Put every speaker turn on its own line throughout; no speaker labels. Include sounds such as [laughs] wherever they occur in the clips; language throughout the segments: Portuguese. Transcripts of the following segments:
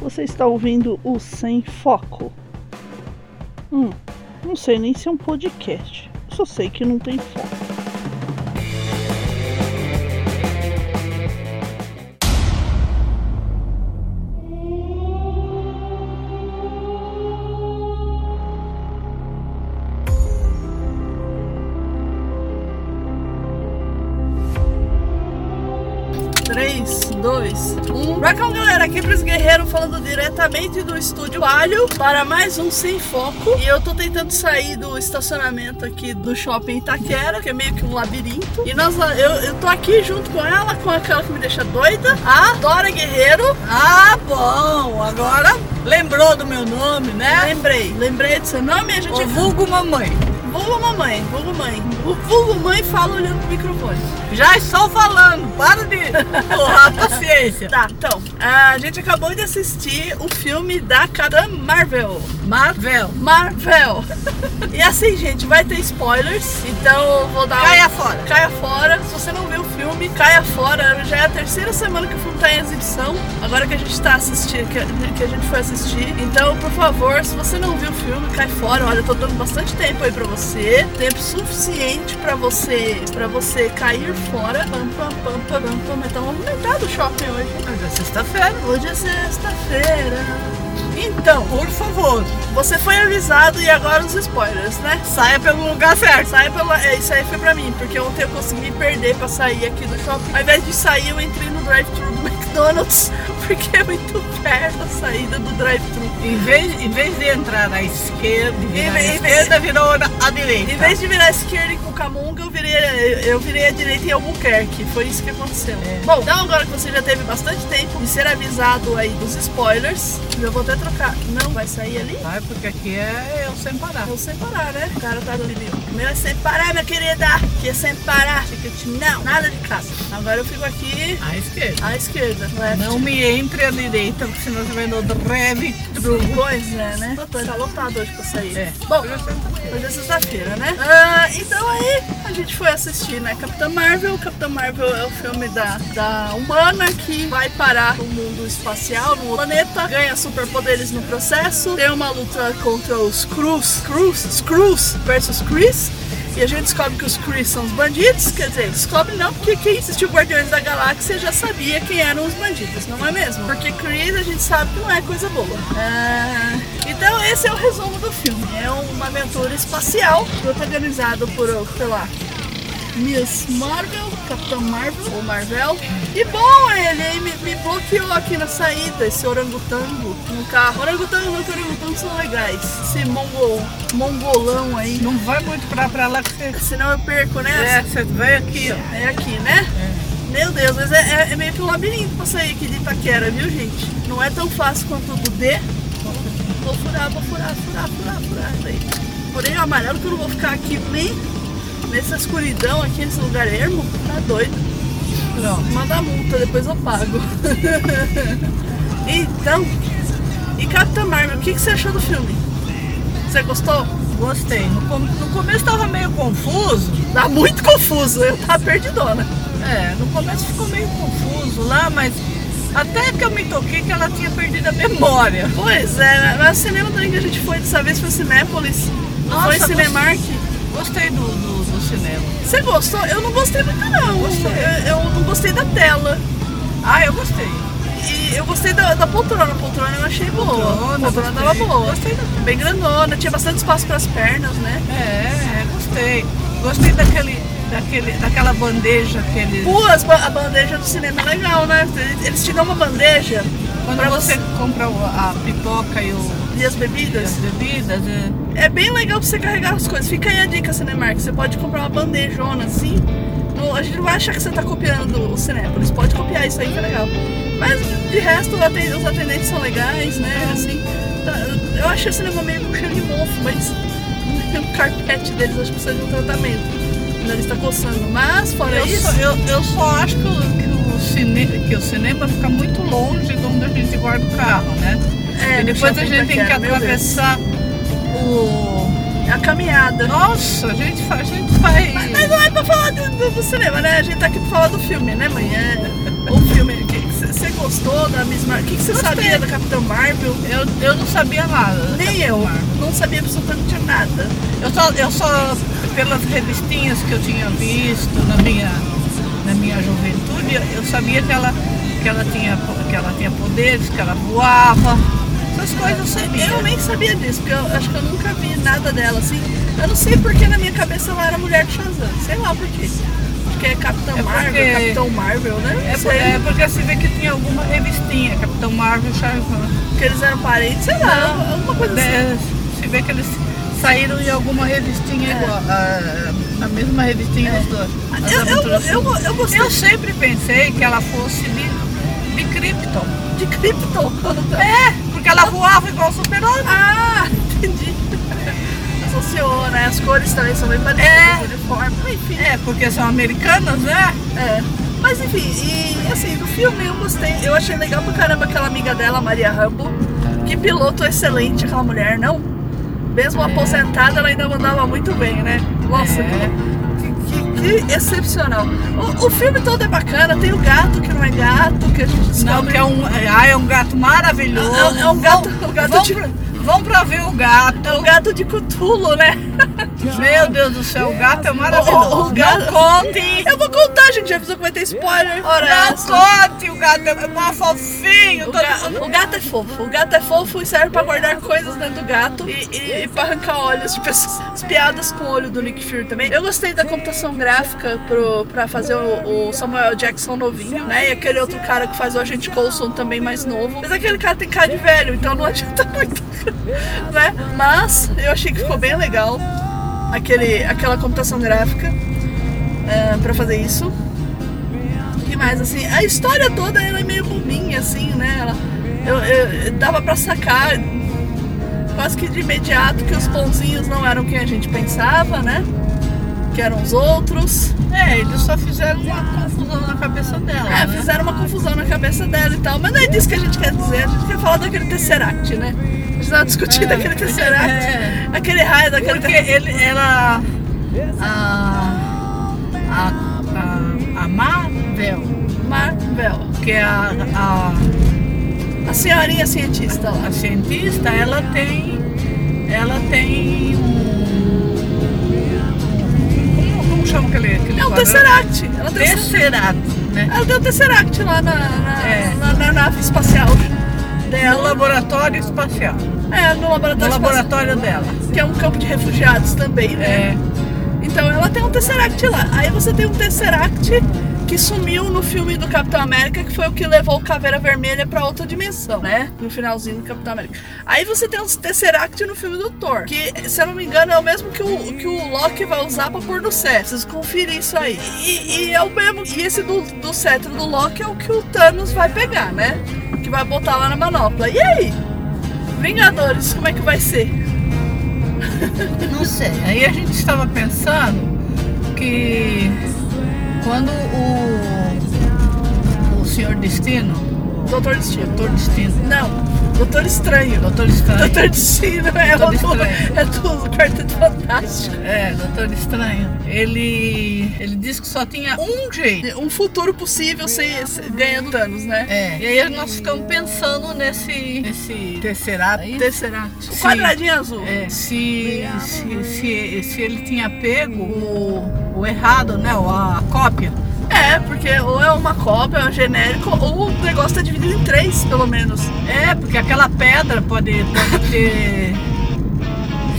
Você está ouvindo o Sem Foco. Hum, não sei nem se é um podcast. Só sei que não tem foco. Três, dois, um. Welcome, galera, aqui pros Guerreiros falando diretamente do estúdio Alho para mais um Sem Foco. E eu tô tentando sair do estacionamento aqui do shopping Itaquera, que é meio que um labirinto. E nós, eu, eu tô aqui junto com ela, com aquela que me deixa doida, a Dora Guerreiro. Ah, bom, agora lembrou do meu nome, né? Lembrei, lembrei do seu nome e a gente.
O vulgo mamãe.
Vulgo mamãe, vulgo mãe. O vulgo mãe fala olhando pro microfone.
Já estou falando, para de porrar a paciência.
Tá, então, a gente acabou de assistir o filme da Capitã Marvel.
Marvel,
Marvel. [laughs] E assim, gente, vai ter spoilers, então eu vou dar um
caia fora.
Caia fora. Se você não viu o filme, caia fora. Já é a terceira semana que o filme tá em exibição. Agora que a gente tá assistindo, que a, que a gente foi assistir. Então, por favor, se você não viu o filme, cai fora. Olha, eu tô dando bastante tempo aí pra você. Tempo suficiente pra você para você cair fora. Pam, pam, pam, pam, pam, pam. Mas tá movimentado o shopping hoje. hein?
Mas é sexta-feira.
Hoje é sexta-feira. Então,
Por favor,
você foi avisado e agora os spoilers, né?
saia pelo lugar certo.
Saia pela. é, Isso aí foi pra mim, porque ontem eu consegui me perder pra sair aqui do shopping. Ao invés de sair, eu entrei no drive-thru do [laughs] McDonald's, porque é muito perto a saída do drive-thru.
Em vez, em vez de entrar na esquerda, virar na
vez- em vez-
esquerda virou na, à direita.
Em vez de virar a esquerda em Cucamonga, eu virei, eu- eu virei a direita em Albuquerque. Foi isso que aconteceu.
É.
Bom, então agora que você já teve bastante tempo de ser avisado aí dos spoilers, eu vou até trocar. Não, vai sair ali?
Vai, Tá? porque aqui é eu sem parar.
Não sem parar, né? O cara tá no limite. O meu é sem parar, minha querida. Que é sem parar. Fica de- Não, nada de casa. Agora eu fico aqui
À esquerda.
à esquerda. é Left.
Não me entre à direita, porque senão você vai no drive thru.
Pois é, né? Tá lotado hoje pra sair.
É.
Bom, hoje é sexta-feira, né? Ah, então aí a gente foi assistir, né? Capitã Marvel. Capitã Marvel é o filme da, da humana que vai parar o mundo espacial no planeta, ganha superpoderes no processo, tem uma luta contra os Cruz, Cruz, Cruz versus Chris. E a gente descobre que os Kree são os bandidos, quer dizer, descobre não, porque quem assistiu Guardiões da Galáxia já sabia quem eram os bandidos, não é mesmo? Porque Kree a gente sabe que não é coisa boa. Ah, então esse é o resumo do filme. É uma aventura espacial protagonizado por, sei lá, Miss Marvel, Capitão Marvel ou Marvel. E bom, ele me, me bloqueou aqui na saída, esse orangotango no carro. Orangotango não, que orangotango são legais. Esse mongol, mongolão aí.
Não vai muito pra, pra lá que você.
Senão eu perco,
É,
né?
você vem aqui, ó.
É, aqui, né? Meu Deus, mas é, é- é meio que um labirinto pra sair aqui de Itaquera, viu, gente? Não é tão fácil quanto o do D. Vou furar, vou furar, furar, furar, furar. isso aí. Porém, o amarelo que eu não vou ficar aqui nem nessa escuridão aqui, nesse lugar ermo. Tá doido.
Pronto.
Manda a multa, depois eu pago. [laughs] então, e Capitã Marvel, o que, que você achou do filme? Você gostou?
Gostei. No, com- no começo tava meio confuso.
Tá muito confuso, eu tava perdidona.
É, no começo ficou meio confuso lá, mas até que eu me toquei que ela tinha perdido a memória.
Pois é, mas o cinema também que a gente foi dessa vez foi Cinépolis. Não foi
Nossa,
Cinemark.
Gostei do, do, do cinema.
Você gostou? Eu não gostei muito não.
Gostei.
Eu, eu não gostei da tela.
Ah, eu gostei.
E eu gostei da, da poltrona. A poltrona eu achei boa. a
Poltrona,
poltrona
gostei.
tava boa. Gostei da... Bem grandona, tinha bastante espaço para as pernas, né?
É, é, gostei. Gostei daquele, daquele, daquela bandeja que eles.
Pô, as ba- a bandeja do cinema é legal, né? Eles te dão uma bandeja
Quando
pra
você compra o- a pipoca e, o,
e as
e as
bebidas.
bebidas, é,
É bem legal pra você carregar as coisas. Fica aí a dica, Cinemark. Você pode comprar uma bandejona assim. Não- a gente não vai achar que você tá copiando o Cinépolis. Pode copiar isso aí que é legal. Mas de resto, o aten- os atendentes são legais, né? Assim, tá- eu achei o cinema meio com cheiro de mofo, mas [laughs] o carpete deles acho que precisa de um tratamento. Ainda Ele está coçando. Mas fora
eu,
É isso.
só, eu, eu só acho que o, que, o cine, que o cinema fica muito longe de onde a gente guarda o carro, né?
é,
e depois
no
a gente tem que
Itaquera, meu Deus.
atravessar o.
É a caminhada.
Nossa, a gente faz. A gente faz...
Mas não é pra falar do, do- do cinema, né? A gente tá aqui pra falar do filme, né, mãe? É, o filme. Você gostou da Miss Marvel? O que, que você
Gostei.
sabia da Capitã Marvel?
Eu, eu não sabia nada.
Nem eu. Não sabia absolutamente nada.
Eu só, eu só, pelas revistinhas que eu tinha visto na minha, na minha juventude, eu sabia que ela, que, ela tinha, que ela tinha poderes, que ela voava. Essas coisas eu sabia.
Eu nem sabia disso, porque eu acho que eu nunca vi nada dela assim. Eu não sei porque na minha cabeça ela era mulher de Shazam. Sei lá por quê. Porque é Capitã
É
Marvel,
porque-
Capitão Marvel, né?
É,
Não
por-
sei.
é porque se vê que tinha alguma revistinha, Capitão Marvel, Shazam.
Porque eles eram parentes, sei lá, alguma coisa assim.
É, se vê que eles saíram em alguma revistinha igual. A, a mesma revistinha os dois. As
Eu, eu,
aventuras.
eu, eu gostei
Eu sempre pensei que ela fosse de, de Krypton.
de Krypton.
[laughs] É, porque ela voava igual o super-homem.
Ah, [laughs] entendi. Associou, né? As cores também são bem parecidas,
É.
o uniforme, enfim.
É, porque são americanas, né?
É. Mas enfim, e assim, no filme eu gostei. Eu achei legal pra caramba aquela amiga dela, Maria Rambo. Que piloto excelente aquela mulher, não? Mesmo aposentada, ela ainda mandava muito bem, né? Nossa,
É.
que, que, que excepcional. O, o filme todo é bacana, tem o gato que não é gato, que a gente
Não,
descobre.
que é um, ah, é um gato maravilhoso.
É- é um gato-
Vão-
um gato
vão,
de-
pra, vão pra ver o gato.
é um gato de cutulo, né?
Meu Deus do céu, o gato é maravilhoso.
O- o- o gato-
Não conte!
Eu vou contar, gente, já avisou que vai ter spoiler. Ora,
Não
é essa.
conte! O gato é mó fofinho.
O,
todo
ga-
mundo-
o gato é fofo. O gato é fofo e serve pra guardar coisas dentro do gato e, e, e pra arrancar olhos de pessoas. As piadas com o olho do Nick Fury também. Eu gostei da computação gráfica pro, pra fazer o, o Samuel Jackson novinho, né? E aquele outro cara que faz o Agente Coulson também mais novo. Mas aquele cara tem cara de velho, então não adianta [laughs] muito, né? Mas eu achei que ficou bem legal aquele, aquela computação gráfica é, pra fazer isso. O que mais, assim, a história toda ela é meio bobinha, assim, né? Ela, eu, eu- dava pra sacar quase que de imediato que os bonzinhos não eram quem a gente pensava, né? Que eram os outros.
É, eles só fizeram uma confusão na cabeça dela.
É,
né?
fizeram uma confusão na cabeça dela e tal. Mas não é disso que a gente quer dizer, a gente quer falar daquele Tesseract, né? A gente tava discutindo
É.
aquele Tesseract,
[laughs] É.
aquele raio daquele
Porque ele, ela. A. A. A, a Marvel,
Marvel.
que é a, a,
A senhorinha cientista lá.
a cientista, ela tem. Ela tem um. Como, como chama aquele. aquele
É um
quadrado?
Tesseract. Ela tem um
Tesseract, né?
Ela deu um Tesseract lá na, na,
É.
na- na nave espacial
É o
dela.
laboratório espacial.
É, no
O
laboratório, espacial,
laboratório dela.
que é um campo de refugiados também, né?
É.
Então ela tem um Tesseract lá. Aí você tem um Tesseract que sumiu no filme do Capitão América, que foi o que levou o Caveira Vermelha pra outra dimensão, né? No finalzinho do Capitão América. Aí você tem um Tesseract no filme do Thor, que, se eu não me engano, é o mesmo que o, que o Loki vai usar pra pôr no cetro. Preciso conferir isso aí. E, e é o mesmo. E esse do, do cetro do Loki é o que o Thanos vai pegar, né? Que vai botar lá na manopla. E aí? Vingadores, como é que vai ser?
Não sei. Aí a gente estava pensando que quando o, o Senhor Destino,
Doutor Destino.
Doutor Destino,
Não, Doutor Estranho. [laughs]
Doutor Estranho,
Doutor Destino é o
Doutor
do,
Estranho.
é do Quarteto Fantástico.
é, Doutor Estranho, ele, ele disse que só tinha um jeito.
Um futuro possível sem, sem- ganhando Thanos, né?
É. E aí nós ficamos pensando nesse, nesse terceirado. aí.
Tesseract. O
Sim.
quadradinho azul.
É, se, se, se, se ele tinha pego o, o errado, né? o- A cópia.
É, porque ou é uma cópia, é um genérico, ou o negócio tá dividido em três, pelo menos.
É, porque aquela pedra pode, pode ter.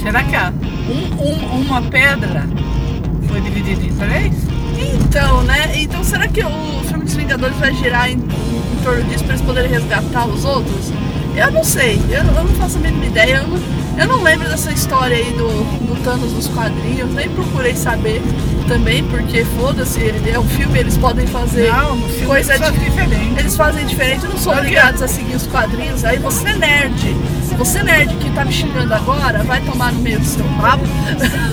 Será que a, um- um- uma pedra foi dividida em três?
Então, né? Então será que o filme dos Vingadores vai girar em, em torno disso pra eles poderem resgatar os outros? Eu não sei, eu, eu não faço a mínima ideia, eu não, eu não lembro dessa história aí do, do Thanos nos quadrinhos, nem procurei saber também, porque foda-se, ele- é um filme, eles podem fazer
no filme
coisa
só
de-
diferente.
eles fazem diferente, eu não sou
Ok.
obrigados a seguir os quadrinhos. Aí você é nerd. Você é nerd que tá me xingando agora, vai tomar no meio do seu rabo. [laughs]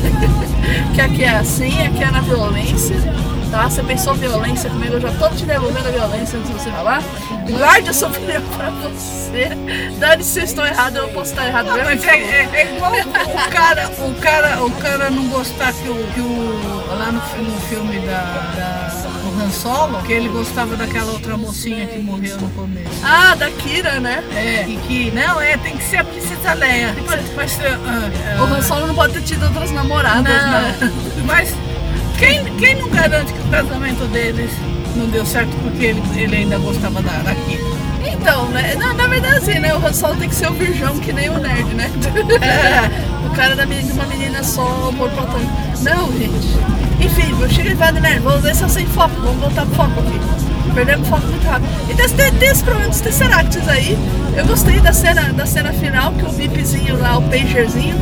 que aqui é assim, aqui é na violência. Tá? Você pensou violência comigo, eu já tô te devolvendo a violência antes de você falar. Guarde a sua [laughs] opinião pra você. Dane-se se eu estou errado, eu posso estar errado
Não,
mesmo.
mas é, é- é igual o cara, o cara, o cara não gostar que o, que o- lá no, fi- no filme da, da- do Han Solo, que ele gostava daquela outra mocinha que morreu no começo.
Ah, da Kira, né?
É, e que, não, é, tem que ser a princesa Leia. Mas, mas, ah, ah,
O Han Solo não pode ter tido outras namoradas, né?
não. Mas quem, quem não garante que o casamento deles não deu certo porque ele, ele ainda gostava da daqui?
Então, né? Não, na verdade assim, né? O Han Solo tem que ser o virgão, que nem o nerd, né? [laughs] o cara da menina, de uma menina só, por conta. Não, gente. Enfim, eu chego de lado nervoso, esse eu sem foco, vamos voltar pro foco aqui. Perdemos o foco muito rápido. E desse, de- desse problema dos Tesseracts aí, eu gostei da cena, da cena final, que o VIPzinho lá, o Pagerzinho,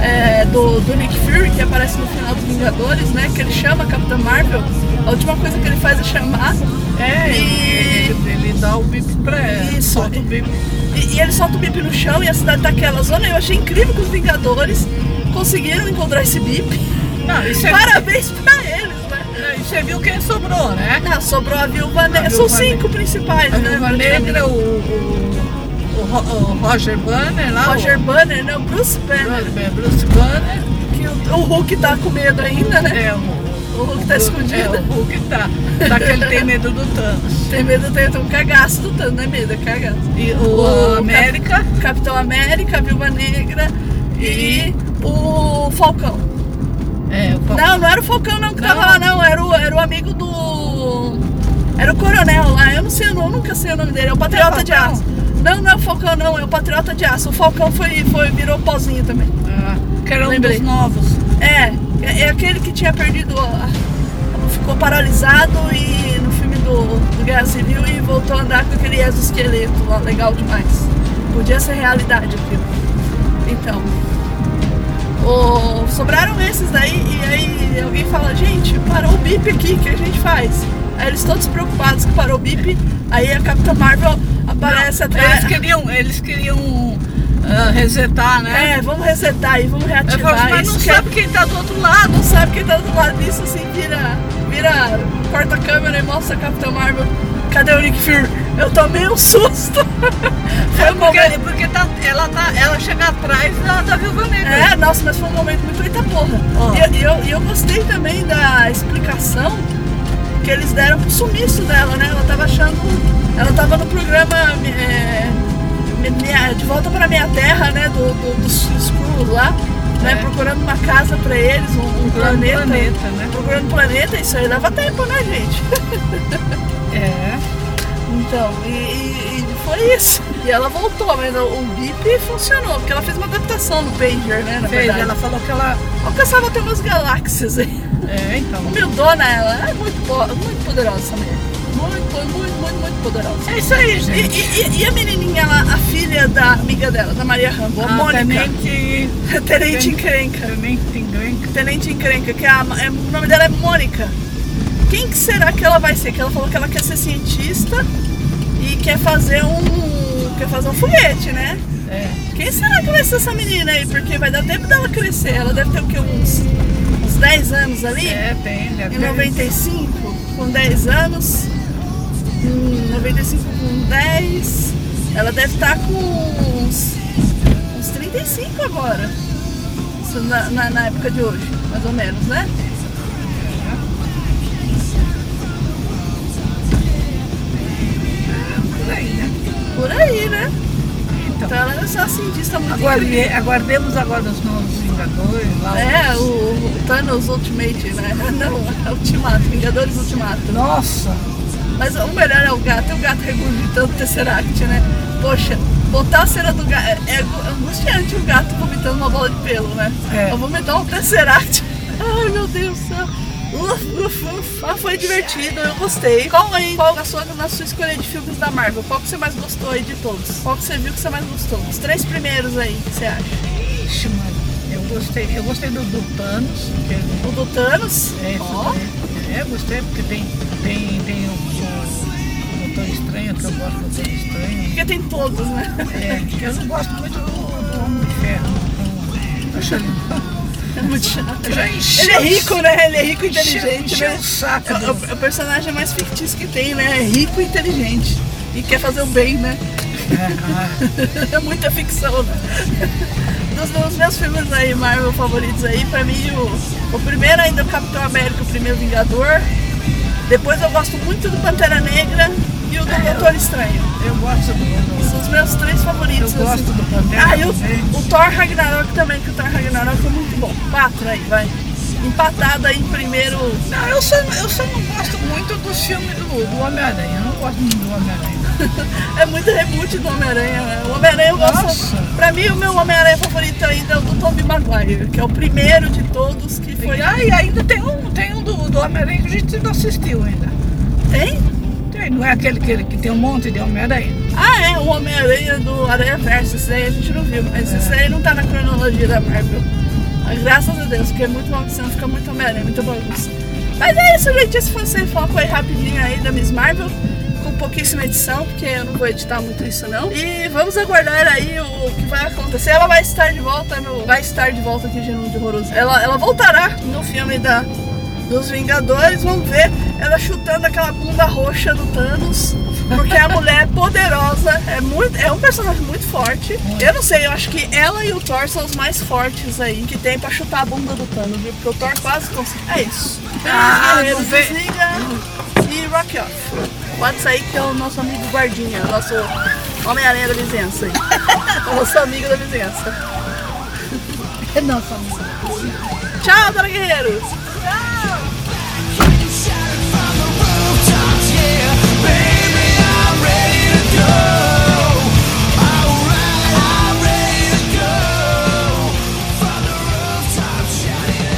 é, do, do Nick Fury, que aparece no final dos Vingadores, né? Que ele chama a Capitã Marvel. A última coisa que ele faz é chamar.
É,
E-
ele, ele dá o bip pra ela.
Isso.
Solta o bip.
E, e ele solta o bip no chão e a cidade tá aquela zona. Eu achei incrível que os Vingadores conseguiram encontrar esse bip.
Não, e você,
Parabéns pra eles, né?
não, e você viu quem sobrou, né?
Ah, sobrou a Viúva Negra.
A
São
Viúva
cinco principais,
A
né?
Viúva Negra, é o, o, o Ro- o Roger Banner lá.
Roger Banner, né? O Bruce
o,
Banner.
Banner. Bruce Banner.
Que o, o Hulk tá com medo ainda, né?
É, o,
O Hulk [laughs] tá
É, o
escondido.
Hulk tá. Só que ele tem medo do Thanos.
Tem medo, tem, tem um cagaço do Thanos, não é medo, é cagaço.
E
O tá-
o América.
Capitão América, a Viúva Negra e o Falcão.
É, o Falcão.
Não, não era o Falcão não que
Não.
tava lá, não. Era o, era o amigo do. Era o coronel lá. Eu não sei, eu nunca sei o nome dele. É o Patriota
Não é o
de Aço. Não, não é o Falcão, não. É o Patriota de Aço. O Falcão foi, foi, virou pozinho também.
Ah, que era um
Lembrei.
dos novos.
É, é, é aquele que tinha perdido. a- Ficou paralisado e no filme do, do Guerra Civil e voltou a andar com aquele exoesqueleto lá. Legal demais. Podia ser realidade aquilo. Então. o- sobraram esses daí e aí alguém fala, gente, parou o bip aqui, o que a gente faz? Aí eles todos preocupados que parou o bip, aí a Capitã Marvel aparece
Não, é
atrás.
Eles queriam, eles queriam ah, resetar, né?
É, vamos resetar aí, vamos
Eu falo,
reativar
mas não
isso. que é-
sabe quem tá do outro lado.
não sabe quem tá do lado disso, assim, vira, vira, corta a câmera e mostra a Capitã Marvel. Cadê o Nick Fury? Eu tomei um
[laughs]
susto. Foi um
É Porque,
momento.
porque tá, ela, tá, ela chega atrás da, da Viúva Negra.
É, nossa, mas foi um momento muito eita porra.
Ó.
E eu- E eu, e eu gostei também da explicação que eles deram pro sumiço dela, né? Ela tava achando. Ela tava no programa é, Mi- Minha- De Volta pra Minha Terra, né? Do, do- dos, dos Skrulls lá, né?
É.
Procurando uma casa pra eles, um, um
Lá no
planeta.
planeta, né?
Procurando planeta, isso aí leva tempo, né, gente?
É.
[laughs] Então, e, e- e foi isso. E ela voltou, mas o, o bip funcionou, porque ela fez uma adaptação no Pager, né? Na
Fez,
verdade.
ela falou que ela.
Alcançava até umas galáxias [laughs] aí.
É, então.
Humildona ela. É muito, po- muito poderosa essa mulher. Muito, muito, muito, muito poderosa.
É isso aí,
E,
gente.
e- e- e a menininha lá, a filha da amiga dela, da Maria Rambo, a
Ah,
[laughs] Mônica.
Tenente.
Tenente Encrenca.
Tenente Encrenca.
Tenente Encrenca, que é a, é- o nome dela é Mônica. Quem que será que ela vai ser? Que ela falou que ela quer ser cientista e quer fazer um. quer fazer um foguete, né?
É.
Quem será que vai ser essa menina aí? Porque vai dar tempo dela crescer. Ela deve ter o quê? Uns, uns 10 anos ali?
É, tem, ele
Em 95, com 10 anos. Em 95 com 10. Ela deve estar com uns, uns 35 agora. Isso na, na- na época de hoje, mais ou menos, né?
Por aí, né?
Por aí, né?
Então.
Então ela é só cientista muito incrível.
Aguarde- aguardemos agora os novos Vingadores lá.
É,
os-
o, o Thanos Ultimate, né? [laughs] Não, é Ultimato, Vingadores Ultimato. né?
Nossa!
Mas o melhor é o gato, é o gato regurgitando o Tesseract, né? Poxa, botar a cena do gato. É angu- angustiante o gato vomitando uma bola de pelo, né?
É.
Eu vou vomitar um Tesseract. Ai meu Deus do céu. Uf, uf, uf. Ah, foi divertido, eu gostei. Qual aí, qual a sua, na sua escolha de filmes da Marvel? Qual que você mais gostou aí de todos? Qual que você viu que você mais gostou? Os três primeiros aí, que você acha?
Ixi, mano. Eu gostei, eu gostei do, do Thanos, que
O do Thanos?
é,
Ó.
é, eu gostei porque tem, tem, tem o, o Doutor Estranho, que eu gosto do Doutor Estranho.
Porque tem todos, né?
É, que eu não gosto muito do, do Homem de Ferro. então, acho
[laughs]
ele-
É muito chato.
Já encheu
Ele é rico, né? Ele é rico e
encheu-
inteligente,
encheu
né?
o saco.
É o,
do-
é o personagem mais fictício que tem, né? É rico e inteligente. E quer fazer o bem, né? [laughs]
É,
É muita ficção, né? Dos, dos meus filmes aí, Marvel favoritos aí, pra mim o, o primeiro ainda é o Capitão América, o primeiro Vingador. Depois eu gosto muito do Pantera Negra e o do Doutor Estranho.
Eu gosto do.
São os meus três
Eu
favoritos.
gosto do Pantera.
Ah, e o,
também.
o Thor Ragnarok também, que o Thor Ragnarok é muito bom. Quatro aí, vai. Empatado aí em primeiro.
Não, eu só, eu só não gosto muito dos filmes do, do Homem-Aranha. Eu não gosto muito do Homem-Aranha.
é muito reboot do Homem-Aranha, né? O Homem-Aranha eu gosto.
Nossa.
Pra mim, o meu Homem-Aranha favorito ainda é o do Tobey Maguire, que é o primeiro de todos que foi.
Ah, e ainda tem um, tem um do, do Homem-Aranha que a gente não assistiu ainda.
Tem?
Tem, não é aquele que, que tem um monte de Homem-Aranha?
Ah, é, o Homem-Aranha do Aranha Verso. Esse aí a gente não viu, mas esse aí não tá na cronologia da Marvel. Ah, Graças a Deus, porque é muito maldição, fica muito Homem-Aranha, muita bagunça. Mas é isso, gente. Esse foi o Sem Foco aí rapidinho aí da Miss Marvel, com pouquíssima edição, porque eu não vou editar muito isso não. E vamos aguardar aí o que vai acontecer. Ela vai estar de volta no. Vai estar de volta aqui, Genome de Horroroso. Ela, ela voltará no filme da, dos Vingadores, vamos ver ela chutando aquela bunda roxa do Thanos. Porque a mulher é poderosa, é, muito, é um personagem muito forte. Eu não sei, eu acho que ela e o Thor são os mais fortes aí que tem pra chutar a bunda do Thanos, viu? Porque o Thor quase conseguiu. É isso.
Ah,
Feliz Guerreiros,
não vem.
desliga e rock off. Pode sair que é o nosso amigo Guardinha, o nosso Homem-Aranha da vizinhança aí. [laughs] O nosso amigo da vizinhança.
É nossa amiga.
Tchau, Dora Guerreiros!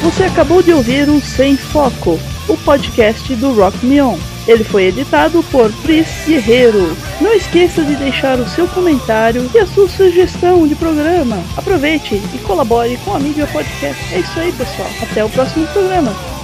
Você acabou de ouvir o Sem Foco, o podcast do Rock Me On. Ele foi editado por Pris Guerreiro. Não esqueça de deixar o seu comentário e a sua sugestão de programa. Aproveite e colabore com a mídia podcast. É isso aí, pessoal. Até o próximo programa.